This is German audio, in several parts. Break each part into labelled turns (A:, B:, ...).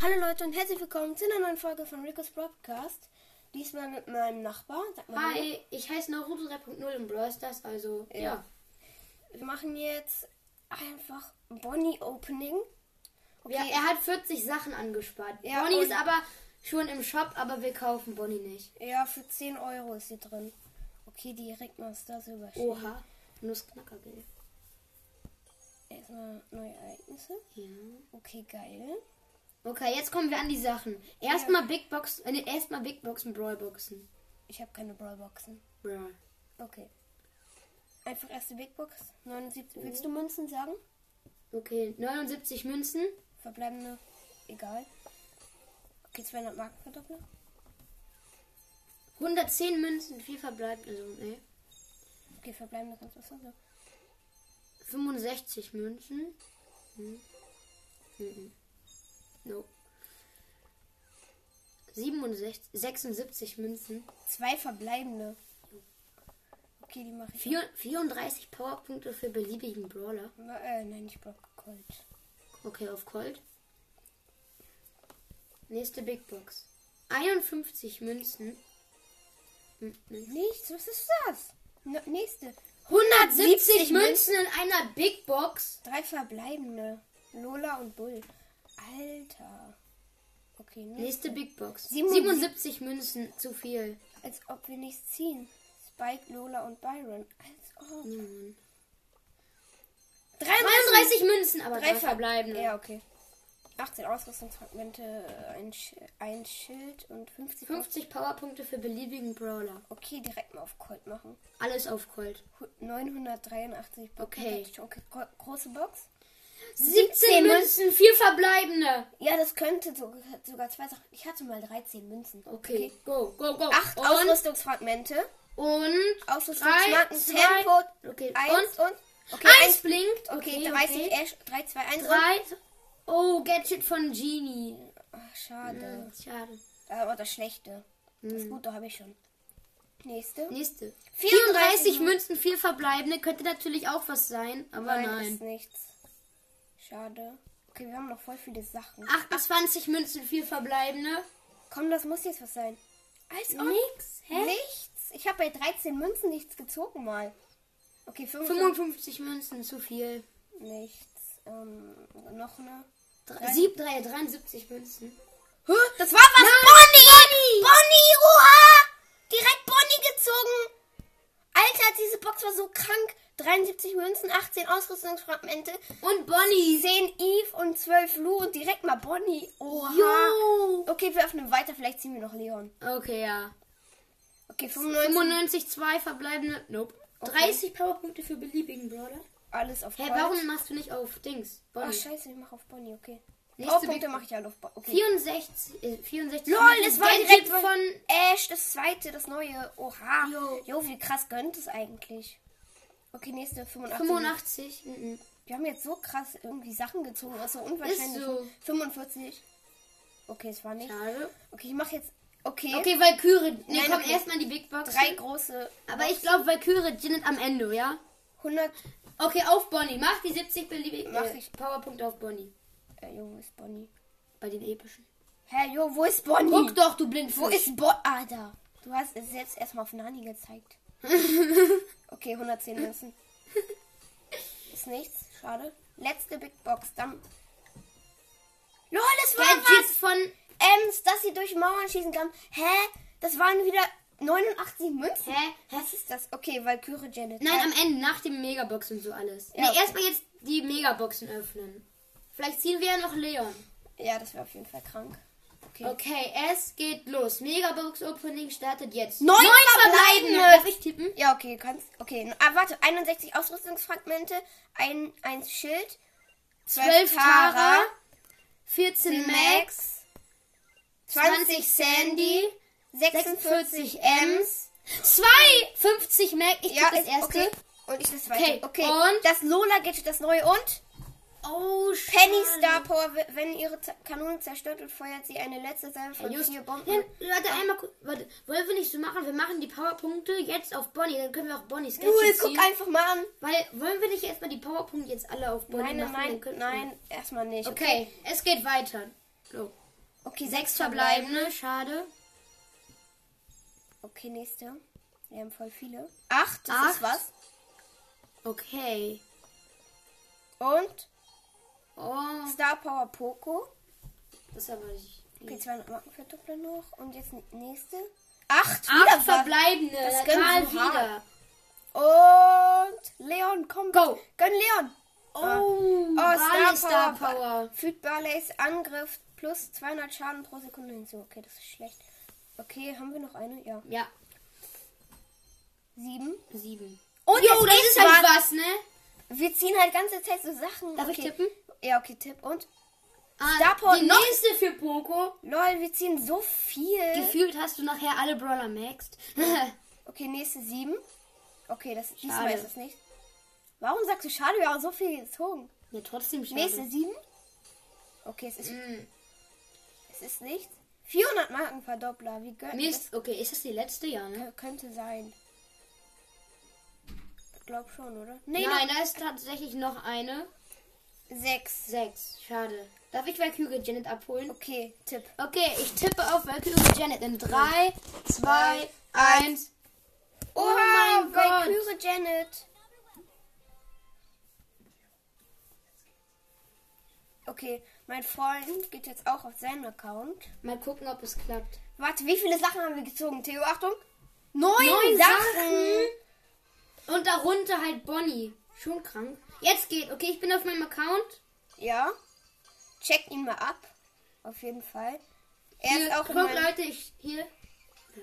A: Hallo Leute und herzlich willkommen zu einer neuen Folge von Rico's Broadcast. Diesmal mit meinem Nachbar. Sag mal Hallo.
B: Hi, ich heiße Naruto 3.0 im Brawl Stars, also ja.
A: Ja. Wir machen jetzt einfach Bonnie Opening.
B: Wir, er hat 40 Sachen angespart.
A: Ja,
B: Bonnie
A: und-
B: ist aber schon im Shop, aber wir kaufen Bonnie nicht.
A: Ja, für 10 Euro ist sie drin. Okay, direkt mal Star Silber.
B: Oha, Nussknackergeld.
A: Erstmal neue Ereignisse.
B: Ja.
A: Okay, geil.
B: Okay, jetzt kommen wir an die Sachen. Erstmal Big Box, äh, nee, erstmal Big Boxen, Brawl Boxen.
A: Ich habe keine Brawlboxen.
B: Brawl.
A: Okay. Einfach erste Big Box. 79. Willst du Münzen sagen?
B: Okay, 79 Münzen.
A: Verbleibende. Egal. Okay, 200 Marken verdoppeln.
B: 110 Münzen, viel verbleibt, also, nee.
A: Okay, verbleibende kannst du was sagen.
B: 65 Münzen. Hm. Mhm. No. 67, 76 Münzen.
A: Zwei verbleibende. Okay, die mache ich.
B: Vier, 34 Powerpunkte für beliebigen Brawler.
A: Ma- Äh, nein, ich brauche Gold.
B: Okay, auf Colt. Nächste Big Box. 51 Münzen. Hm, nein.
A: Nichts, was ist das? Na, nächste.
B: 170 Münzen in einer Big Box.
A: Drei verbleibende. Lola und Bull. Alter. Okay, ne?
B: Nächste Big Box.
A: Siebenund-
B: 77 Münzen zu viel.
A: Als ob wir nichts ziehen. Spike, Lola und Byron. Als ob.
B: Niemand.
A: Drei
B: 33 Münzen, aber drei
A: Drei
B: verbleibende.
A: Ja, okay. 18 Ausrüstungsfragmente, ein, Sch ein Schild und 50.
B: 50 Powerpunkte für beliebigen Brawler.
A: Okay, direkt mal auf Colt machen.
B: Alles auf Colt.
A: Hu- 983 Boxen.
B: Okay.
A: okay. gro- Große Box.
B: 17 Münzen, 4 verbleibende.
A: Ja, das könnte so- sogar zwei Sachen. Ich hatte mal 13 Münzen.
B: Okay, go, go, go.
A: Acht
B: und,
A: Ausrüstungsfragmente.
B: und
A: Ausrüstungsmarken.
B: Drei, zwei,
A: Tempo.
B: okay,
A: Eins und. Okay,
B: eins blinkt.
A: Okay,
B: Okay,
A: 30
B: okay.
A: Ash. 3, 2, 1. Und,
B: Drei. Oh, Gadget von Genie.
A: ach, Ah, schade.
B: Hm, schade.
A: Aber das Schlechte.
B: Hm.
A: Das Gute habe ich schon. Nächste.
B: Nächste.
A: 34
B: 34 Münzen, 4 verbleibende. Könnte natürlich auch was sein, aber nein.
A: ist nichts. Schade. Okay, wir haben noch voll viele Sachen.
B: 28 Münzen, 4 verbleibende.
A: Komm, das muss jetzt was sein. Als ob.
B: Nix. Hä?
A: Nichts. Ich habe bei 13 Münzen nichts gezogen mal. Okay, 55.
B: 55 Münzen, zu viel.
A: Nichts. Ähm, noch eine.
B: Drei- Sieb, drei, 73 Münzen.
A: Hä? Das war was. Bonnie! Bonnie! Oha! Direkt Bonnie gezogen! Alter, diese Box war so krank. 73 Münzen, 18 Ausrüstungsfragmente,
B: Und Bonnie.
A: 10 Eve und 12 Lou und direkt mal Bonnie. Oha!
B: Jo.
A: Okay, wir öffnen weiter. Vielleicht ziehen wir noch Leon.
B: Okay, ja.
A: Okay, 95.
B: 95, 2 verbleibende. Nope. 30 Powerpunkte für beliebigen Brawler.
A: Alles auf
B: Hey,
A: Gold.
B: warum machst du nicht auf Dings?
A: Ach,
B: Bonnie.
A: scheiße, ich mache auf Bonnie, okay.
B: Nächste
A: Powerpunkte
B: Big-
A: mache ich alle auf Bonnie. Okay.
B: 64, äh, 64.
A: LOL,
B: Minuten.
A: es war
B: Gadget
A: direkt
B: von.
A: Ash, das zweite, das neue. Oha.
B: Jo.
A: Jo, wie krass gönnt es eigentlich? Okay, nächste 85.
B: 85.
A: ne.
B: Mhm.
A: Wir haben jetzt so krass irgendwie Sachen gezogen, was so unwahrscheinlich.
B: Ist so.
A: 45. Okay, es war nicht.
B: Schade.
A: Okay, ich mache jetzt. Okay.
B: Okay, Valkyrie. Nee,
A: Nein,
B: komm,
A: okay.
B: erstmal die Big Box.
A: Drei große.
B: Aber ich glaube, Valkyrie sind am Ende, ja?
A: 100.
B: Okay, auf Bonnie. Mach die 70 beliebigen
A: Mach
B: äh,
A: ich.
B: Powerpunkte auf Bonnie.
A: Äh, jo, wo ist Bonnie?
B: Bei den epischen.
A: Hä, jo, wo ist Bonnie?
B: Guck doch, du blind
A: Wo ist Bo. Ah, da. Du hast es jetzt erstmal auf Nani gezeigt. okay, 110 Münzen. Ist nichts. Schade. Letzte Big Box. Dann. Lol, das war
B: Gadget
A: was.
B: von
A: Ems, dass sie durch Mauern schießen kann. Hä? Das waren wieder 89 Münzen.
B: Hä?
A: Was ist das? Okay, Valkyrie Janet.
B: Nein,
A: Hä?
B: am Ende, nach dem Megabox und so alles.
A: Ja,
B: nee,
A: okay.
B: erstmal jetzt die Megaboxen öffnen. Vielleicht ziehen wir ja noch Leon.
A: Ja, das wäre auf jeden Fall krank. Okay.
B: Okay, es geht los. Megabox Opening startet jetzt.
A: Neun verbleibende.
B: Darf ich tippen?
A: Ja, okay, kannst. Okay, n- ah, warte. 61 Ausrüstungsfragmente, ein, ein Schild, 12
B: 12 Tara,
A: Tara,
B: 14 Max,
A: Max,
B: 20 Sandy,
A: 46 Ms.
B: 2, 50 Mac. Ich
A: Ja,
B: tippe das
A: ist-
B: erste.
A: okay. Und ich das zweite.
B: Okay,
A: Okay.
B: und?
A: das Lola Gadget, das neue und
B: Oh, schade.
A: Penny Star Power, we- wenn ihre Z Kanone zerstört wird, feuert sie eine letzte Salve von
B: Just,
A: vier
B: Ja,
A: Bomben.
B: Leute, einmal kurz. Warte, wollen wir nicht so machen? Wir machen die Powerpunkte jetzt auf Bonnie. Dann können wir auch Bonnies
A: Cool,
B: Gadget
A: guck
B: ziehen.
A: einfach mal an.
B: Weil, wollen wir nicht erstmal die Powerpunkte jetzt alle auf Bonnie
A: Nein,
B: machen?
A: nein,
B: Dann
A: nein,
B: könnten wir-
A: nein, erstmal nicht.
B: Okay, es geht weiter. So.
A: Okay,
B: Sechs
A: sechs verbleiben.
B: verbleibende, schade.
A: Okay, nächste. Wir haben voll viele. Acht, das ist
B: Acht.
A: was.
B: Okay.
A: Und
B: Oh,
A: Star Power Poco.
B: das ist aber nicht.
A: Okay, 200 Marken für Doppler noch. Und jetzt n- nächste. Acht,
B: Acht
A: wieder was.
B: verbleibende,
A: Das
B: das
A: gönnst
B: mal
A: du
B: wieder.
A: Und Leon, komm.
B: Go.
A: Gönn Leon.
B: Oh,
A: Oh, Star
B: Bali Star
A: Power.
B: Power.
A: Fügt Barleys Angriff plus 200 Schaden pro Sekunde hinzu. Okay, das ist schlecht. Okay, haben wir noch eine? Ja.
B: Ja,
A: Sieben.
B: sieben.
A: Und
B: Jo, das
A: ist
B: ist halt
A: was.
B: was, ne?
A: Wir ziehen halt ganze Zeit so Sachen.
B: Darf ich
A: okay.
B: tippen?
A: Ja, okay, Tipp. Und?
B: Ah,
A: Star Power
B: die
A: noch-
B: nächste für Poco.
A: Lol, wir ziehen so viel.
B: Gefühlt hast du nachher alle Brawler maxed.
A: Okay, nächste sieben. Okay, das, diesmal
B: Schade.
A: ist es nicht. Warum sagst du schade? Wir haben so viel gezogen.
B: ja, trotzdem schade. Mm.
A: Nächste sieben. Okay, es ist, es ist nicht. 400 Marken Verdoppler. Wie gönnt
B: Mir ist, okay, ist das die letzte, ja, ne?
A: das? Könnte sein. Ich glaub schon, oder?
B: Nein,
A: noch
B: da ist tatsächlich noch eine.
A: Sechs.
B: Sechs, schade. Darf ich Valkyrie Janet abholen?
A: Okay, Tipp.
B: Okay, ich tippe auf Valkyrie Janet in 3, 2, 1. Oh mein Gott!
A: Valkyrie Janet. Okay, mein Freund geht jetzt auch auf seinen Account.
B: Mal gucken, ob es klappt.
A: Warte, wie viele Sachen haben wir gezogen, Theo? Achtung. Neun,
B: Neun
A: Sachen.
B: Und darunter halt Bonnie. Schon krank. Jetzt geht. Okay, ich bin auf meinem Account.
A: Ja. Check ihn mal ab. Auf jeden Fall. Er
B: Hier,
A: ist auch in
B: guck,
A: meinem...
B: Leute, ich hier.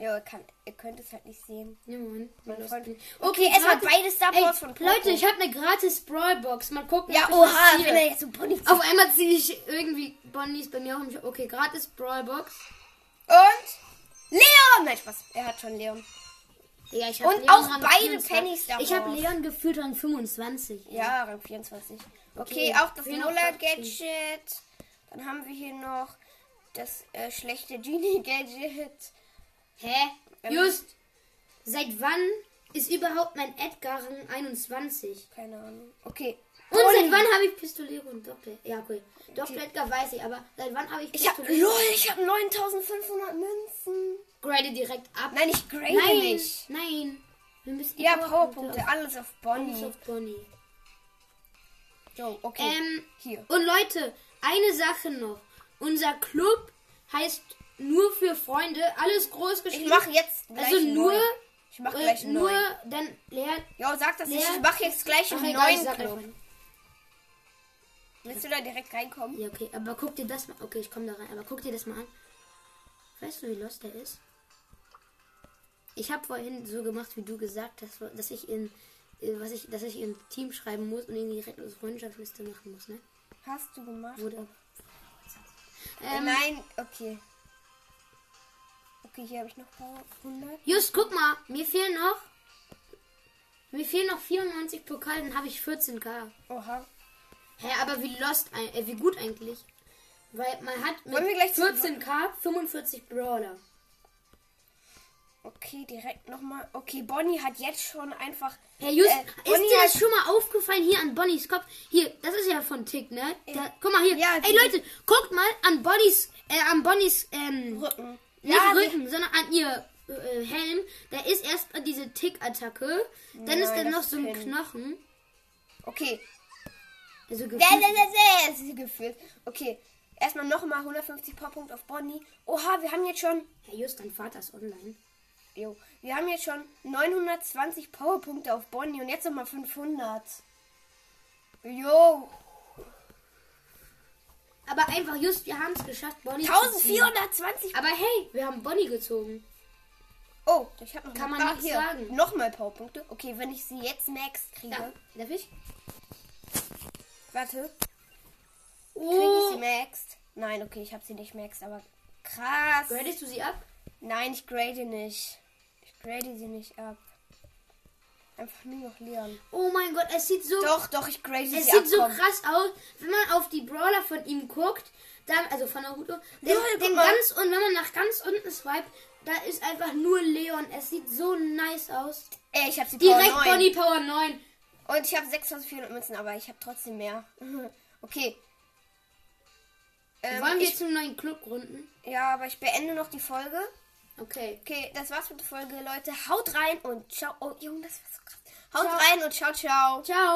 A: Ja, ihr, kann, ihr könnt es halt nicht sehen.
B: Ja, Mann.
A: Mein
B: Los
A: Freund-
B: bin ich.
A: Okay, erstmal
B: gratis-
A: beide Star
B: Ey,
A: Powers von Poco.
B: Leute, ich habe eine gratis Brawlbox. Mal gucken.
A: Ja,
B: ob ich
A: oha,
B: was ziehe.
A: wenn er jetzt so Bonnie zieht.
B: Auf einmal ziehe ich irgendwie Bonnies bei mir auch im Okay, gratis Brawlbox.
A: Und Leon. Nein, Spaß. Er hat schon Leon.
B: Ja, ich
A: Und
B: hab Leon
A: auch
B: Rang
A: beide
B: 24.
A: Pennies da
B: Ich habe
A: drauf.
B: Leon gefühlt an 25.
A: Ja, Rang 24. Okay,
B: Okay,
A: auch das
B: wir noch
A: Lola
B: achten.
A: Gadget. Dann haben wir hier noch das äh, schlechte Genie Gadget.
B: Hä?
A: Ähm.
B: Just. Seit wann ist überhaupt mein Edgar Rang 21?
A: Keine Ahnung. Okay.
B: Und
A: Bonnie.
B: seit wann habe ich Pistolero und Doppel? Ja, cool. Doppel Edgar weiß ich, aber seit wann habe ich
A: Ich hab,
B: Pistolero?
A: lol, ich hab 9500 Münzen.
B: grade direkt ab.
A: Nein, ich grade
B: nein,
A: nicht.
B: nein. Wir müssen die
A: Ja,
B: Powerpunkte
A: Powerpunkte, alles auf
B: auf-
A: Bonnie.
B: auf Bonnie.
A: Jo, okay.
B: Ähm,
A: Hier.
B: und Leute, eine Sache noch. Unser Club heißt nur für Freunde, alles groß geschrieben.
A: Ich mach jetzt gleich
B: also nur-
A: neun. Ich mach
B: äh,
A: gleich
B: nur
A: nur.
B: dann leer.
A: Jo, sag das nicht.
B: Ja.
A: Ich mach jetzt gleich
B: Ach,
A: einen
B: egal, ich
A: neuen
B: sag
A: Club.
B: einfach-
A: Willst du da direkt reinkommen?
B: Ja, okay, aber guck dir das mal. Okay, ich komme da rein, aber guck dir das mal an. Weißt du, wie los der ist? Ich habe vorhin so gemacht, wie du gesagt hast, dass ich in äh, was ich, dass ich in Team schreiben muss und ihn direkt aus Freundschaftsliste machen muss, ne?
A: Hast du gemacht?
B: Wurde.
A: Äh,
B: Ähm,
A: Nein, okay. Okay, hier habe ich noch Power 100.
B: Just, guck mal, mir fehlen noch. Mir fehlen noch 94 Pokal, dann habe ich 14k.
A: Oha.
B: Hä, aber wie lost, ein- äh, wie gut eigentlich. Weil man hat mit
A: Wollen wir gleich zu-
B: 14k 45 Brawler.
A: Okay, direkt nochmal. Okay, Bonnie hat jetzt schon einfach.
B: Herr Just,
A: Äh,
B: ist
A: Bonnie
B: dir
A: hat-
B: das schon mal aufgefallen hier an Bonnies Kopf? Hier, das ist ja von Tick, ne? Da, guck mal hier.
A: Ja, die-
B: Ey Leute, guckt mal an Bonnies, äh, an Bonnies, ähm,
A: Rücken.
B: nicht
A: Ja, die-
B: Rücken, sondern an ihr äh, Helm. Da ist erst mal diese Tick-Attacke. Dann ist
A: Nein,
B: da noch
A: das
B: so ein
A: kenn ich.
B: Knochen.
A: Okay.
B: Also
A: Da, da,
B: gefühlt-
A: da, da, ist sie gefühlt. Okay. Erstmal nochmal 150 Powerpunkte auf Bonnie. Oha, wir haben jetzt schon.
B: Herr Just, dein Vater ist online.
A: Jo, wir haben jetzt schon 920 Powerpunkte auf Bonnie und jetzt nochmal 500. Jo,
B: Aber einfach, Just, wir haben es geschafft, Bonnie zu ziehen.
A: 1420.
B: Aber hey, wir haben Bonnie gezogen.
A: Oh, ich habe noch
B: Kann
A: mal-
B: man
A: ah,
B: nichts
A: hier
B: sagen.
A: nochmal Powerpunkte. Okay, wenn ich sie jetzt max kriege.
B: Ja, darf ich?
A: Warte, kriege ich
B: Oh,
A: sie maxed? Nein, okay, ich habe sie nicht maxed, aber krass.
B: gradest du sie ab?
A: Nein, ich grade nicht. Ich grade sie nicht ab. Einfach nur noch Leon.
B: Oh mein Gott, es sieht so
A: Doch, doch, ich grade sie
B: Es
A: ab.
B: sieht so
A: komm.
B: krass aus, wenn man auf die Brawler von ihm guckt, dann, also von Naruto, den,
A: Lol, guck
B: den
A: mal.
B: ganz und wenn man nach ganz unten swipet, da ist einfach nur Leon. Es sieht so nice aus.
A: Ey, ich habe sie Power
B: Direkt
A: neun.
B: Bonnie Power 9.
A: Und ich habe 6400 Münzen, aber ich habe trotzdem mehr. okay. Ähm,
B: Wollen wir
A: ich,
B: jetzt einen neuen Club gründen?
A: ja, aber ich beende noch die Folge.
B: Okay.
A: Okay, das war's mit der Folge, Leute. Haut rein und ciao. Oh, Junge, das war so krass. Haut
B: Ciao.
A: rein und ciao, ciao.
B: Ciao.